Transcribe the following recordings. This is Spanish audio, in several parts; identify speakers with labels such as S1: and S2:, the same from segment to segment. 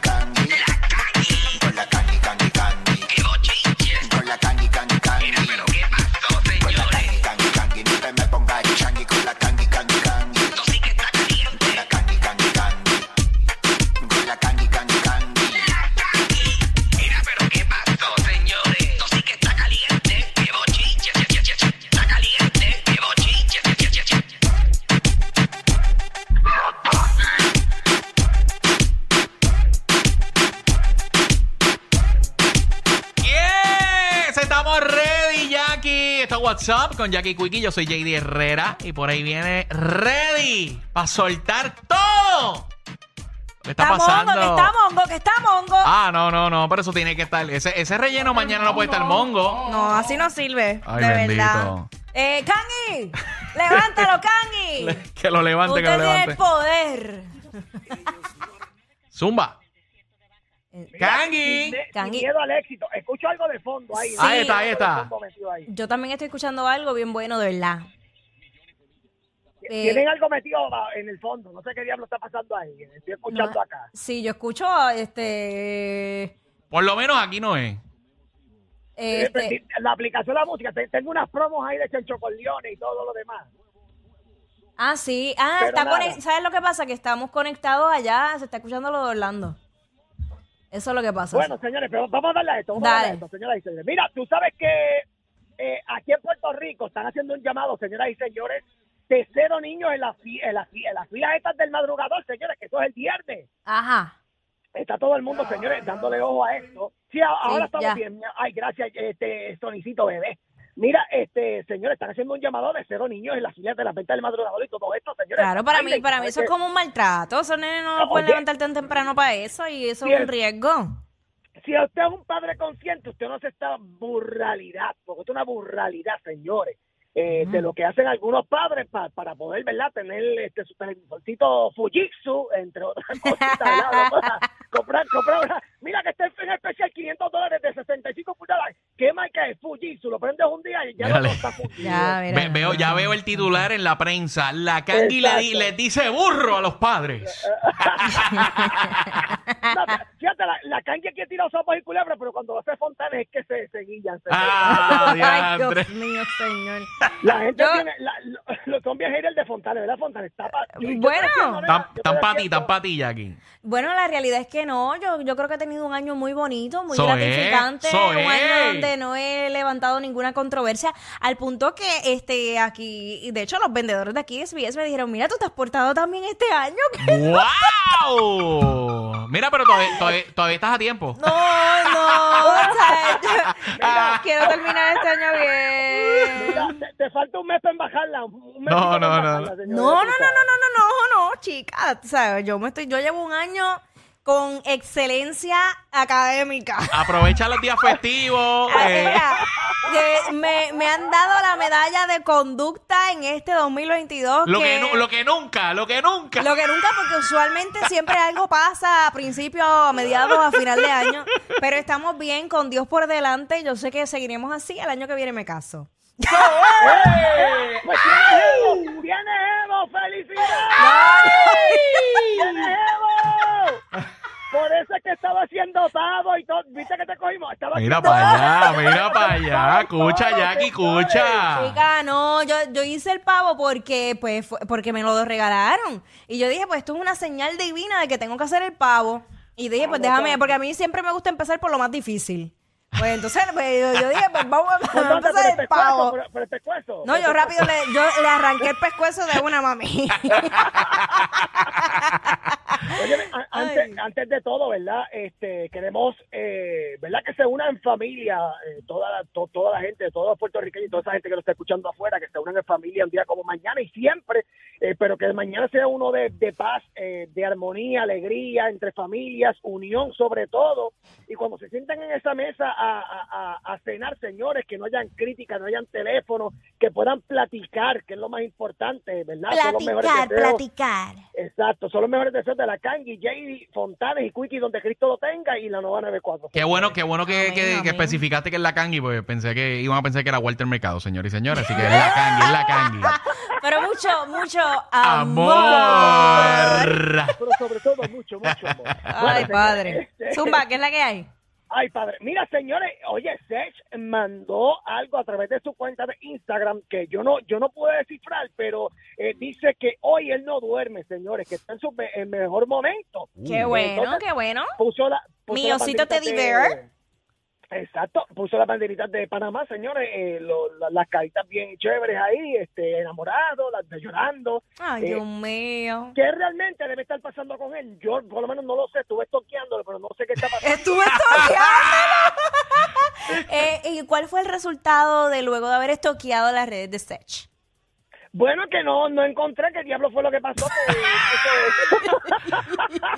S1: tangi. Con la tangi, tangi, tangi. Con la tangi, tangi, tangi. Con la tangi, tangi, tangi, no te me pongas changi, con la tangi, tangi, tangi. Con la tangi, tangi, tangi. Con la tangi, tangi, tangi.
S2: Mira, pero qué pasó, señores. Esto sí que está caliente. Qué bochinche, che, che, che, che. Está caliente. Qué bochinche, che, che, che, che.
S3: Yes, estamos ready, Jackie. Esto es WhatsApp con Jackie Quickie. Yo soy JD Herrera y por ahí viene ready para soltar todo. ¿Qué está pasando?
S4: mongo, que está mongo, que está mongo.
S3: Ah, no, no, no, pero eso tiene que estar. Ese, ese relleno mañana no puede estar mongo.
S4: No, así no sirve.
S3: Ay,
S4: de
S3: bendito.
S4: verdad. Eh, Kangi, levántalo, Kangi.
S3: Que lo levante,
S4: Usted
S3: que lo
S4: tiene
S3: levante.
S4: el poder.
S3: Zumba.
S4: Eh,
S3: Kangi.
S4: Kangi,
S5: miedo al éxito. Escucho algo de fondo ahí. ¿no?
S3: Ahí está, ahí está.
S5: Fondo metido ahí.
S4: yo también estoy escuchando algo bien bueno, de verdad. Eh,
S5: Tienen algo metido a- en el fondo. No sé qué diablo está pasando ahí. Estoy escuchando
S4: no,
S5: acá.
S4: Sí, yo escucho este,
S3: Por lo menos aquí no es.
S4: este
S5: La aplicación de la música. te- Tengo unas promos ahí de Chencho Corleone y todo lo demás.
S4: Ah, sí. Ah,
S5: Pero
S4: está
S5: nada.
S4: conec- ¿sabes lo que pasa? Que estamos conectados allá, se está escuchando lo de Orlando. Eso es lo que pasa.
S5: Bueno, señores, pero vamos a darle a esto. Vamos a darle a
S4: Dale.
S5: esto, señoras y señores. Mira, tú sabes que eh, aquí en Puerto Rico están haciendo un llamado, señoras y señores, de cero niños en, la fi- en, la fi- en las filas estas del madrugador, señores, que eso es el viernes.
S4: Ajá.
S5: Está todo el mundo, señores, dándole ojo a esto. Sí, a- ahora estamos
S4: ya.
S5: bien. Ay, gracias, este, Sonicito bebé. Mira, este, señores, están haciendo un llamado de cero niños en las filas de la venta del madrugador y todo esto, señores.
S4: Claro, para
S5: Ay, este,
S4: mí,
S5: señores,
S4: para mí eso es
S5: que-
S4: como un maltrato. Esos nenes no
S5: Oye.
S4: pueden levantar tan temprano para eso y eso es un
S5: Cierto.
S4: riesgo.
S5: Si usted es un padre consciente, usted no hace esta burralidad, porque esto es una burralidad, señores, eh, de lo que hacen algunos padres pa- para poder, ¿verdad?, tener este, su televisorcito Fujitsu, entre otras cositas, ¿verdad? Una cosa, comprar, comprar una- Mira que está en especial 500 dólares de 65 pulgadas. ¿Qué marca es Fujitsu? Lo prendes un día y ya
S3: Mírale.
S5: no está fundido.
S4: Ya, mira,
S3: Ve- veo, ya veo el titular en la prensa. La Kangi le, di-
S5: Exacto.
S3: le dice burro a los padres.
S5: No, fíjate, la, la cancha aquí ha tirado sopas y culebras, pero cuando hace fontanes es que se, se guillan. se-
S3: Ah,
S4: Ay,
S3: diantre.
S4: Dios mío, señor.
S5: La gente
S4: Ah, Yo-
S5: tiene. La, lo- los zombies haters de Fontana, ¿verdad? Fontana está pa- yo- yo
S4: Bueno.
S5: estoy haciendo,
S3: Tan,
S5: nena, yo
S3: tan
S5: estoy
S3: pati, tan
S5: haciendo-
S3: patilla aquí.
S4: Bueno, la realidad es que no. Yo, yo creo que he tenido un año muy bonito, muy
S3: So es,
S4: gratificante.
S3: so
S4: un
S3: es.
S4: año donde no he levantado ninguna controversia. Al punto que este aquí, y de hecho, los vendedores de aquí de SBS me dijeron: Mira, tú te has portado también este año. que
S3: ¡Wow! Mira, pero todavía, todavía- todavía estás a tiempo.
S4: No, no. o sea, yo- yo quiero terminar este año bien.
S5: Mira, te, te falta un mes para embajarla. Un mes
S3: No,
S5: para
S3: no, no,
S5: embajarla,
S3: no.
S5: señora,
S4: No, no, no,
S5: tú
S4: no,
S5: sabes.
S4: no, no, no, chica. Tú sabes, yo me estoy, yo llevo un año con excelencia académica.
S3: Aprovecha los días festivos.
S4: Ah,
S3: eh,
S4: mira, que me, me han dado la medalla de conducta en este 2022.
S3: lo, que, nu- lo que nunca, lo que nunca.
S4: lo que nunca, porque usualmente siempre algo pasa a principios, a mediados, a final de año. Pero estamos bien, con Dios por delante. Yo sé que seguiremos así. El año que viene me caso.
S5: Pues tiene ego, tiene
S3: Mira para allá, mira para allá. Escucha, Jackie, escucha.
S4: Chica, no, yo, yo hice el pavo porque, pues, fue- porque me lo regalaron. Y yo dije, pues esto es una señal divina de que tengo que hacer el pavo. Y dije, pues déjame, porque a mí siempre me gusta empezar por lo más difícil. Pues entonces pues, yo, yo dije, pues vamos a vamos a
S5: Dónde, por el
S4: empezar el pavo.
S5: pescuezo, por- por el pescuezo.
S4: No, yo rápido le, yo le arranqué el pescuezo de una mami.
S5: Óyeme, a- antes, antes de todo, ¿verdad? Este, queremos, eh, ¿verdad? Que se una en familia, eh, toda, la, to- toda la gente, todos los puertorriqueños y toda esa gente que lo está escuchando afuera, que se unan en familia un día como mañana y siempre, eh, pero que mañana sea uno de, de paz, eh, de armonía, alegría entre familias, unión sobre todo. Y cuando se sientan en esa mesa a, a- a- a cenar, señores, que no hayan críticas, no hayan teléfono, que puedan platicar, que es lo más importante, ¿verdad? Son los mejores
S4: platicar,
S5: deseos.
S4: platicar.
S5: Exacto, son los mejores deseos de la Kangi, Jay Fontanes y Quickie, donde Cristo lo tenga, y la nueva 94.
S3: Qué bueno, qué bueno que,
S4: Amén,
S3: que- que
S4: amén.
S3: especificaste que es la Kangi, porque pensé que iban a pensar que era Walter Mercado, señores y señores. Así que es la Kangi, es la Kangi.
S4: Pero mucho, mucho amor.
S3: Amor.
S5: Pero sobre todo, mucho, mucho amor.
S4: Ay,
S5: Bueno,
S4: padre.
S5: señores, este,
S4: Zumba, ¿qué es la que hay?
S5: Ay, padre. Mira, señores, oye, Sech mandó algo a través de su cuenta de Instagram que yo no yo no pude descifrar, pero eh, dice que hoy él no duerme, señores, que está en su me- en mejor momento.
S4: Qué bueno, qué bueno.
S5: puso la puso
S4: Mi
S5: la
S4: osito
S5: banderita
S4: teddy
S5: de-
S4: bear.
S5: Exacto, puso las banderitas de Panamá, señores, eh, lo- la- las caritas bien chéveres ahí, este, enamorado, las de llorando.
S4: Ay,
S5: Eh,
S4: Dios mío.
S5: ¿Qué realmente debe estar pasando con él? Yo por lo menos no lo sé, estuve toqueándolo, pero no sé qué está pasando.
S4: Estuve toqueándolo. Eh, ¿Y cuál fue el resultado de luego de haber estoqueado las redes de Sech?
S5: bueno, que no, no encontré qué diablo fue lo que pasó. que- eso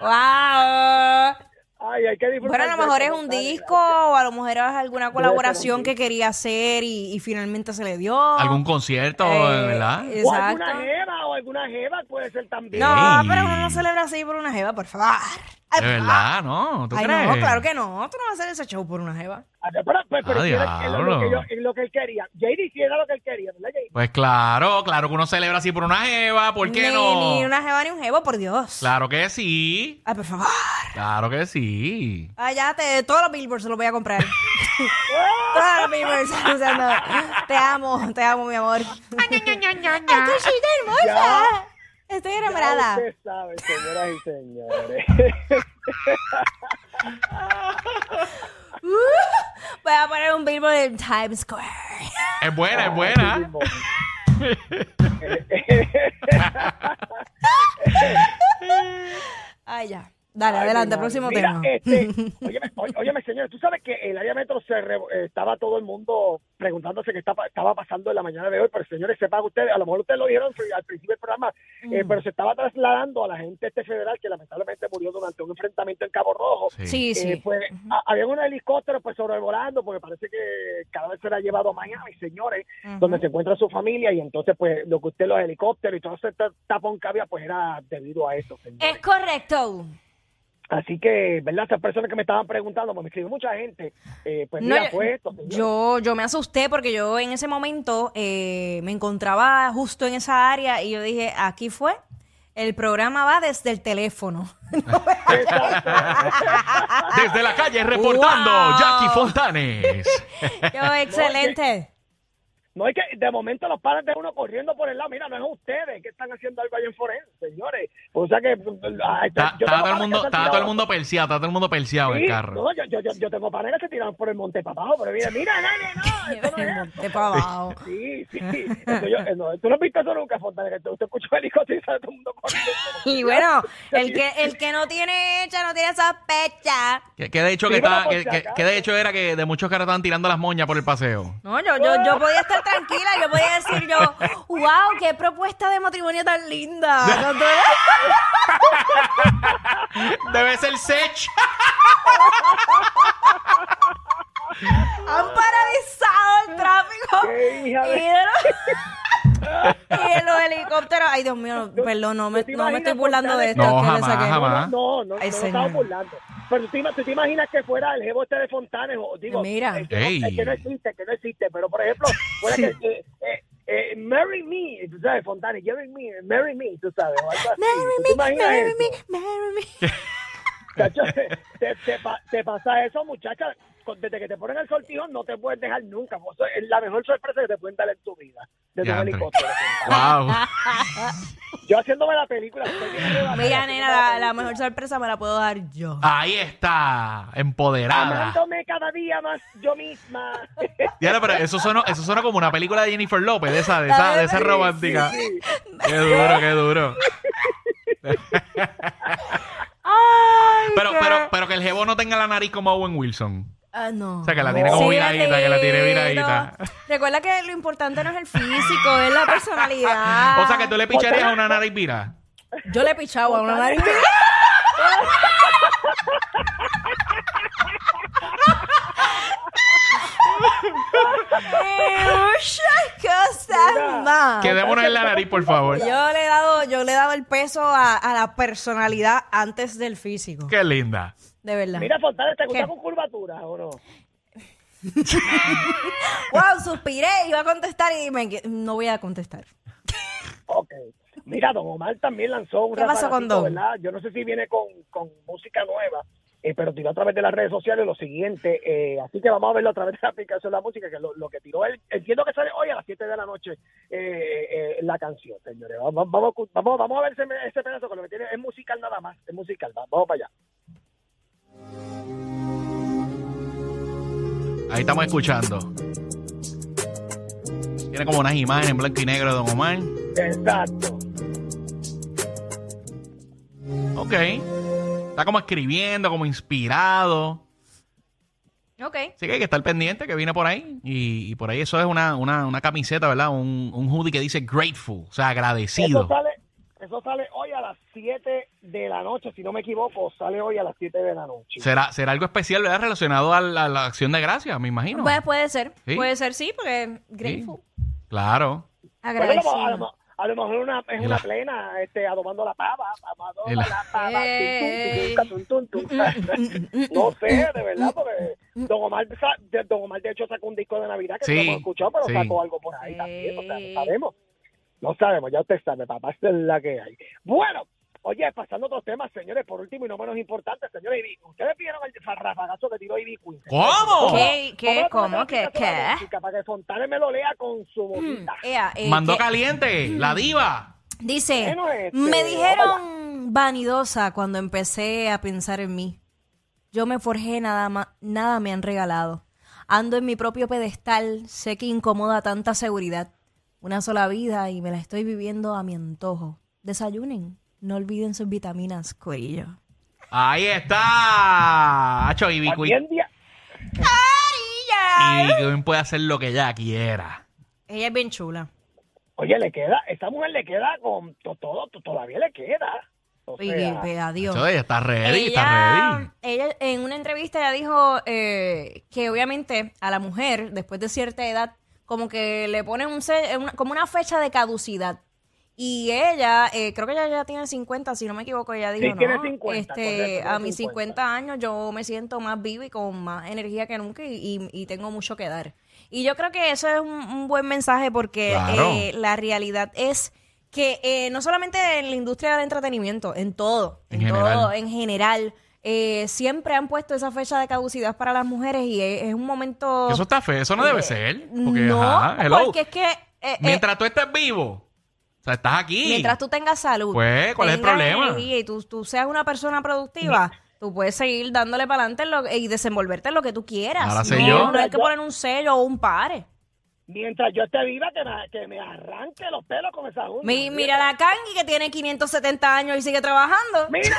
S4: ¡Wow!
S5: es- Ay, hay que disfrutar
S4: Bueno, a
S5: de
S4: lo mejor es
S5: eso,
S4: un
S5: compadre,
S4: disco o a lo mejor es alguna colaboración
S5: un
S4: que
S5: disco.
S4: quería hacer y, y finalmente se le dio.
S3: Algún concierto,
S4: Eh,
S3: ¿verdad?
S4: eh,
S5: O alguna
S4: Exacto.
S5: jeva, o alguna jeva puede ser también.
S4: No,
S3: Ey.
S4: pero uno no celebra así por una jeva, por favor. Ay,
S3: De verdad, ¿no? ¿Tú
S4: Ay,
S3: crees?
S4: no, claro que no. Tú no vas a hacer ese show por una jeva.
S5: Ah, Pero, pero, pero,
S3: Ah,
S5: si era- es lo, que
S3: diablo.
S5: yo- es lo que él quería. JD sí era lo que él quería, ¿verdad, JD?
S3: Pues claro, claro que uno celebra así por una jeva, ¿por qué
S4: ni,
S3: no?
S4: Ni una jeva ni un jevo, por Dios.
S3: Claro que sí,
S4: Ay, por favor.
S3: claro que sí.
S4: Ay, Ah, ya te, todos los billboards los voy a comprar. todos los billboards. O sea, no. Te amo, te amo, mi amor. Ay, tu chica hermosa. Estoy enamorada.
S5: Ya Ah, Usted sabe, señoras y señores.
S4: Uh, voy a poner un billboard en Times Square.
S3: Es buena, es buena.
S4: Ay, ya. Dale,
S5: Ay,
S4: adelante,
S5: mi madre.
S4: próximo
S5: Mira,
S4: tema.
S5: Este, óyeme, oy- óyeme, señores, tú sabes que el área metro se re- eh, estaba todo el mundo preguntándose qué estaba, estaba pasando en la mañana de hoy, pero señores, sepan ustedes, a lo mejor ustedes lo dijeron al principio del programa, eh,
S4: Mm.
S5: pero se estaba trasladando a la gente este federal que lamentablemente murió durante un enfrentamiento en Cabo Rojo.
S3: Sí.
S4: Sí, sí.
S5: Eh, pues a- había un helicóptero pues sobrevolando porque parece que cada vez será llevado a Miami, señores, donde se encuentra su familia y entonces pues lo que usted los helicópteros y todo ese ta- tapón que había pues era debido a eso, señores.
S4: es correcto.
S5: Así que, ¿verdad? Estas personas que me estaban preguntando, pues me escribió mucha gente, eh, pues
S4: No,
S5: mira,
S4: yo-
S5: fue esto. señores.
S4: Yo, yo me asusté porque yo en ese momento eh, me encontraba justo en esa área y yo dije, aquí fue. El programa va desde el teléfono.
S3: Desde la calle reportando
S4: Wow.
S3: Jackie Fontanes.
S4: Yo, excelente.
S5: No es que de momento los padres de uno corriendo por el lado, mira, no es ustedes que están haciendo algo ahí en Forense, señores. O sea que... ah, este,
S3: Ta-
S5: yo
S3: Estaba todo el
S5: tengo panas que
S3: mundo,
S5: se han
S3: estaba todo el
S5: tirado-
S3: mundo perseado, estaba todo el mundo perseado en
S5: Sí,
S3: el carro.
S5: no, yo, yo, yo, yo tengo panas que se tiraron por el monte para abajo, pero mira, mira, nene, no, eso no
S4: Me
S5: es.
S4: monté para abajo.
S5: Sí, sí, eso yo, eh, no, tú no has visto eso nunca, Fontanera, tú, tú escuchas el helicóptero y sale todo el mundo corriendo.
S4: Y bueno, el que, el que no tiene hecha no tiene sospecha.
S3: Que, que de hecho que,
S5: Dímelo
S3: estaba-
S5: por
S3: que-
S5: si
S3: que-
S5: acaso.
S3: que de hecho era que de muchos carros estaban tirando las moñas por el paseo.
S4: No, yo, yo,
S5: Ah.
S4: yo podía estar tranquila, yo podía decir yo, wow, qué propuesta de matrimonio tan linda. No, no,
S3: Debe ser Sech.
S4: Han paralizado el tráfico.
S5: Qué hija de-
S4: Y los- y los helicópteros. Ay, Dios mío, no, perdón, no me,
S5: ¿Tú te
S4: no me
S5: imaginas
S4: estoy burlando de esto.
S3: No,
S4: que le
S3: jamás,
S4: saqué.
S3: jamás.
S5: No, no,
S4: Ay,
S5: no,
S4: señor.
S5: no estaba burlando. Pero tú te, ima- tú te imaginas que fuera el jevo este de Fontanes, o digo,
S4: Mira.
S5: el que, no-
S3: Ey.
S5: el que no existe, el que no existe, pero por ejemplo, fuera
S4: Sí.
S5: que, eh, eh, eh, marry me, tú sabes, Fontanes, marry me, marry me, tú sabes, o algo así.
S4: Marry
S5: ¿Tú te
S4: me,
S5: imaginas
S4: marry
S5: eso?
S4: me, marry me.
S5: Chacho, te, te pa- te pasa eso, muchacha. Con- Desde que te ponen el sortijón no te puedes dejar nunca. porque eso es la mejor sorpresa que te pueden dar en tu vida. Desde un
S3: Diantre.
S5: helicóptero.
S3: Wow.
S5: Yo haciéndome la película. usted tiene que bajar,
S4: Mira,
S5: haciéndome
S4: nena, la, la
S5: película.
S4: mejor sorpresa me la puedo dar yo.
S3: Ahí está, empoderada.
S5: Amándome cada día más yo misma.
S3: Diana, pero eso suena, eso suena como una película de Jennifer López, de esa, de esa, de esa romántica. Qué duro, qué duro.
S4: Ay,
S3: Pero,
S4: qué-
S3: pero, pero que el jevo no tenga la nariz como Owen Wilson.
S4: Ah, no.
S3: O sea, que la tiene como
S4: Sí,
S3: viradita, que la tiene
S4: tiro.
S3: viradita.
S4: Recuerda que lo importante no es el físico, es la personalidad.
S3: O sea, que tú le picharías a una nariz vira.
S4: Yo le pichaba a una nariz. Eh, Muchas cosas más.
S3: Quedémonos en la nariz, por favor.
S4: Yo le he dado, yo le he dado el peso a, a la personalidad antes del físico.
S3: Qué linda.
S4: De verdad.
S5: Mira, Fontana, ¿te gusta
S4: ¿Qué?
S5: con curvatura o no?
S4: Wow, suspiré, iba a contestar y me que- no voy a contestar.
S5: Ok. Mira, Don Omar también lanzó un
S4: ¿Qué pasó
S5: raparacito,
S4: con Don?
S5: ¿verdad? Yo no sé si viene con, con música nueva, eh, pero tiró a través de las redes sociales lo siguiente. eh, así que vamos a verlo a través de la aplicación de la música, que lo, lo que tiró él. Entiendo que sale hoy a las 7 de la noche eh, eh, la canción, señores. Vamos, vamos, vamos, vamos a ver ese, ese pedazo, que lo que tiene es musical nada más. Es musical, va- vamos para allá.
S3: Ahí estamos escuchando. Tiene como unas imágenes en blanco y negro de Don Omar.
S5: Exacto.
S3: Ok. Está como escribiendo, como inspirado.
S4: Ok.
S3: Así que hay que estar pendiente que viene por ahí. Y, y por ahí eso es una, una, una camiseta, ¿verdad? Un, un hoodie que dice grateful, o sea, agradecido.
S5: Eso sale, eso sale hoy a las 7 de la noche, si no me equivoco, sale hoy a las 7 de la noche.
S3: Será, será algo especial, ¿verdad? Relacionado a la, a la acción de gracias, me imagino.
S4: Pues puede ser,
S3: Sí.
S4: puede ser sí, porque
S3: Sí.
S4: grateful,
S3: Claro.
S5: Bueno, a lo-
S4: agradecido.
S5: a, lo, a lo mejor una, es una
S3: Mira.
S5: plena, este, adobando la pava, adobando
S3: El-
S5: la pava,
S4: Ey.
S5: tun, tun, tun, tun, tun, tun. no sé, de verdad, porque Don Omar, sa- de- Don Omar de hecho sacó un disco de Navidad que
S3: Sí,
S5: no hemos escuchado, pero
S3: sí.
S5: sacó algo por ahí también, o sea,
S4: Ey.
S5: no sabemos. No sabemos, ya usted sabe, papá, esta es la que hay. Bueno, oye, pasando a otros temas, señores, por último y no menos importante, señores, Ivy, ustedes vieron el farrafagazo que tiró Ivy Queen.
S3: ¿Cómo?
S4: ¿Qué? ¿Qué? ¿Cómo?
S5: Vamos a poner
S4: ¿Qué?
S5: la
S4: ¿Qué?
S5: música Para que Fontanes me lo lea con su boquita.
S4: Ea, eh,
S3: Mandó
S4: que-
S3: caliente, la diva.
S4: Dice,
S5: Bueno, este,
S4: me dijeron vanidosa cuando empecé a pensar en mí. Yo me forjé, nada, ma- nada me han regalado. Ando en mi propio pedestal, sé que incomoda tanta seguridad. Una sola vida y me la estoy viviendo a mi antojo. Desayunen, no olviden sus vitaminas, corillo.
S3: Ahí está. Hacho, y Vicuín-
S5: También dia-
S3: y Vicuín puede hacer lo que ella quiera.
S4: Ella es bien chula.
S5: Oye, le queda, esta mujer le queda con to- todo, to- todavía le queda. O
S4: Y,
S5: sea,
S4: y- adiós.
S3: Hacho, ella está ready, está ready.
S4: ella, ella en una entrevista ya dijo eh, que obviamente a la mujer después de cierta edad como que le ponen un se- una- como una fecha de caducidad y ella eh, creo que ella ya tiene 50 si no me equivoco ella dijo
S5: tiene
S4: no
S5: 50,
S4: este
S5: correcto, tiene
S4: a mis
S5: 50.
S4: 50 años yo me siento más viva y con más energía que nunca y, y- y tengo mucho que dar y yo creo que eso es un, un buen mensaje porque
S3: Claro.
S4: eh, la realidad es que eh, no solamente en la industria del entretenimiento, en todo, en,
S3: En general.
S4: todo, en general, eh, siempre han puesto esa fecha de caducidad para las mujeres y es, es un momento...
S3: Eso está feo, eso no debe
S4: eh,
S3: ser. Porque,
S4: no,
S3: ajá, hello.
S4: porque es que... eh, eh,
S3: Mientras tú estés vivo, o sea, estás aquí.
S4: mientras tú tengas salud,
S3: Pues, ¿cuál es el
S4: tengas
S3: problema?
S4: energía y tú, tú seas una persona productiva, tú puedes seguir dándole para adelante y desenvolverte en lo que tú quieras.
S3: Ahora sé
S4: no,
S3: yo.
S4: no hay que poner un sello o un pare.
S5: Mientras yo esté viva, que me, que me arranque los pelos con esa uña.
S4: Mi- mira la Kangi que tiene 570 años y sigue trabajando.
S5: Mira,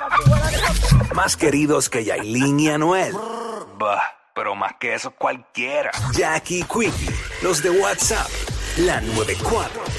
S5: tanto desgraciada.
S6: Más queridos que Yailin y Anuel.
S1: Bah, pero más que eso cualquiera.
S6: Jackie Quickie, los de WhatsApp, la 94.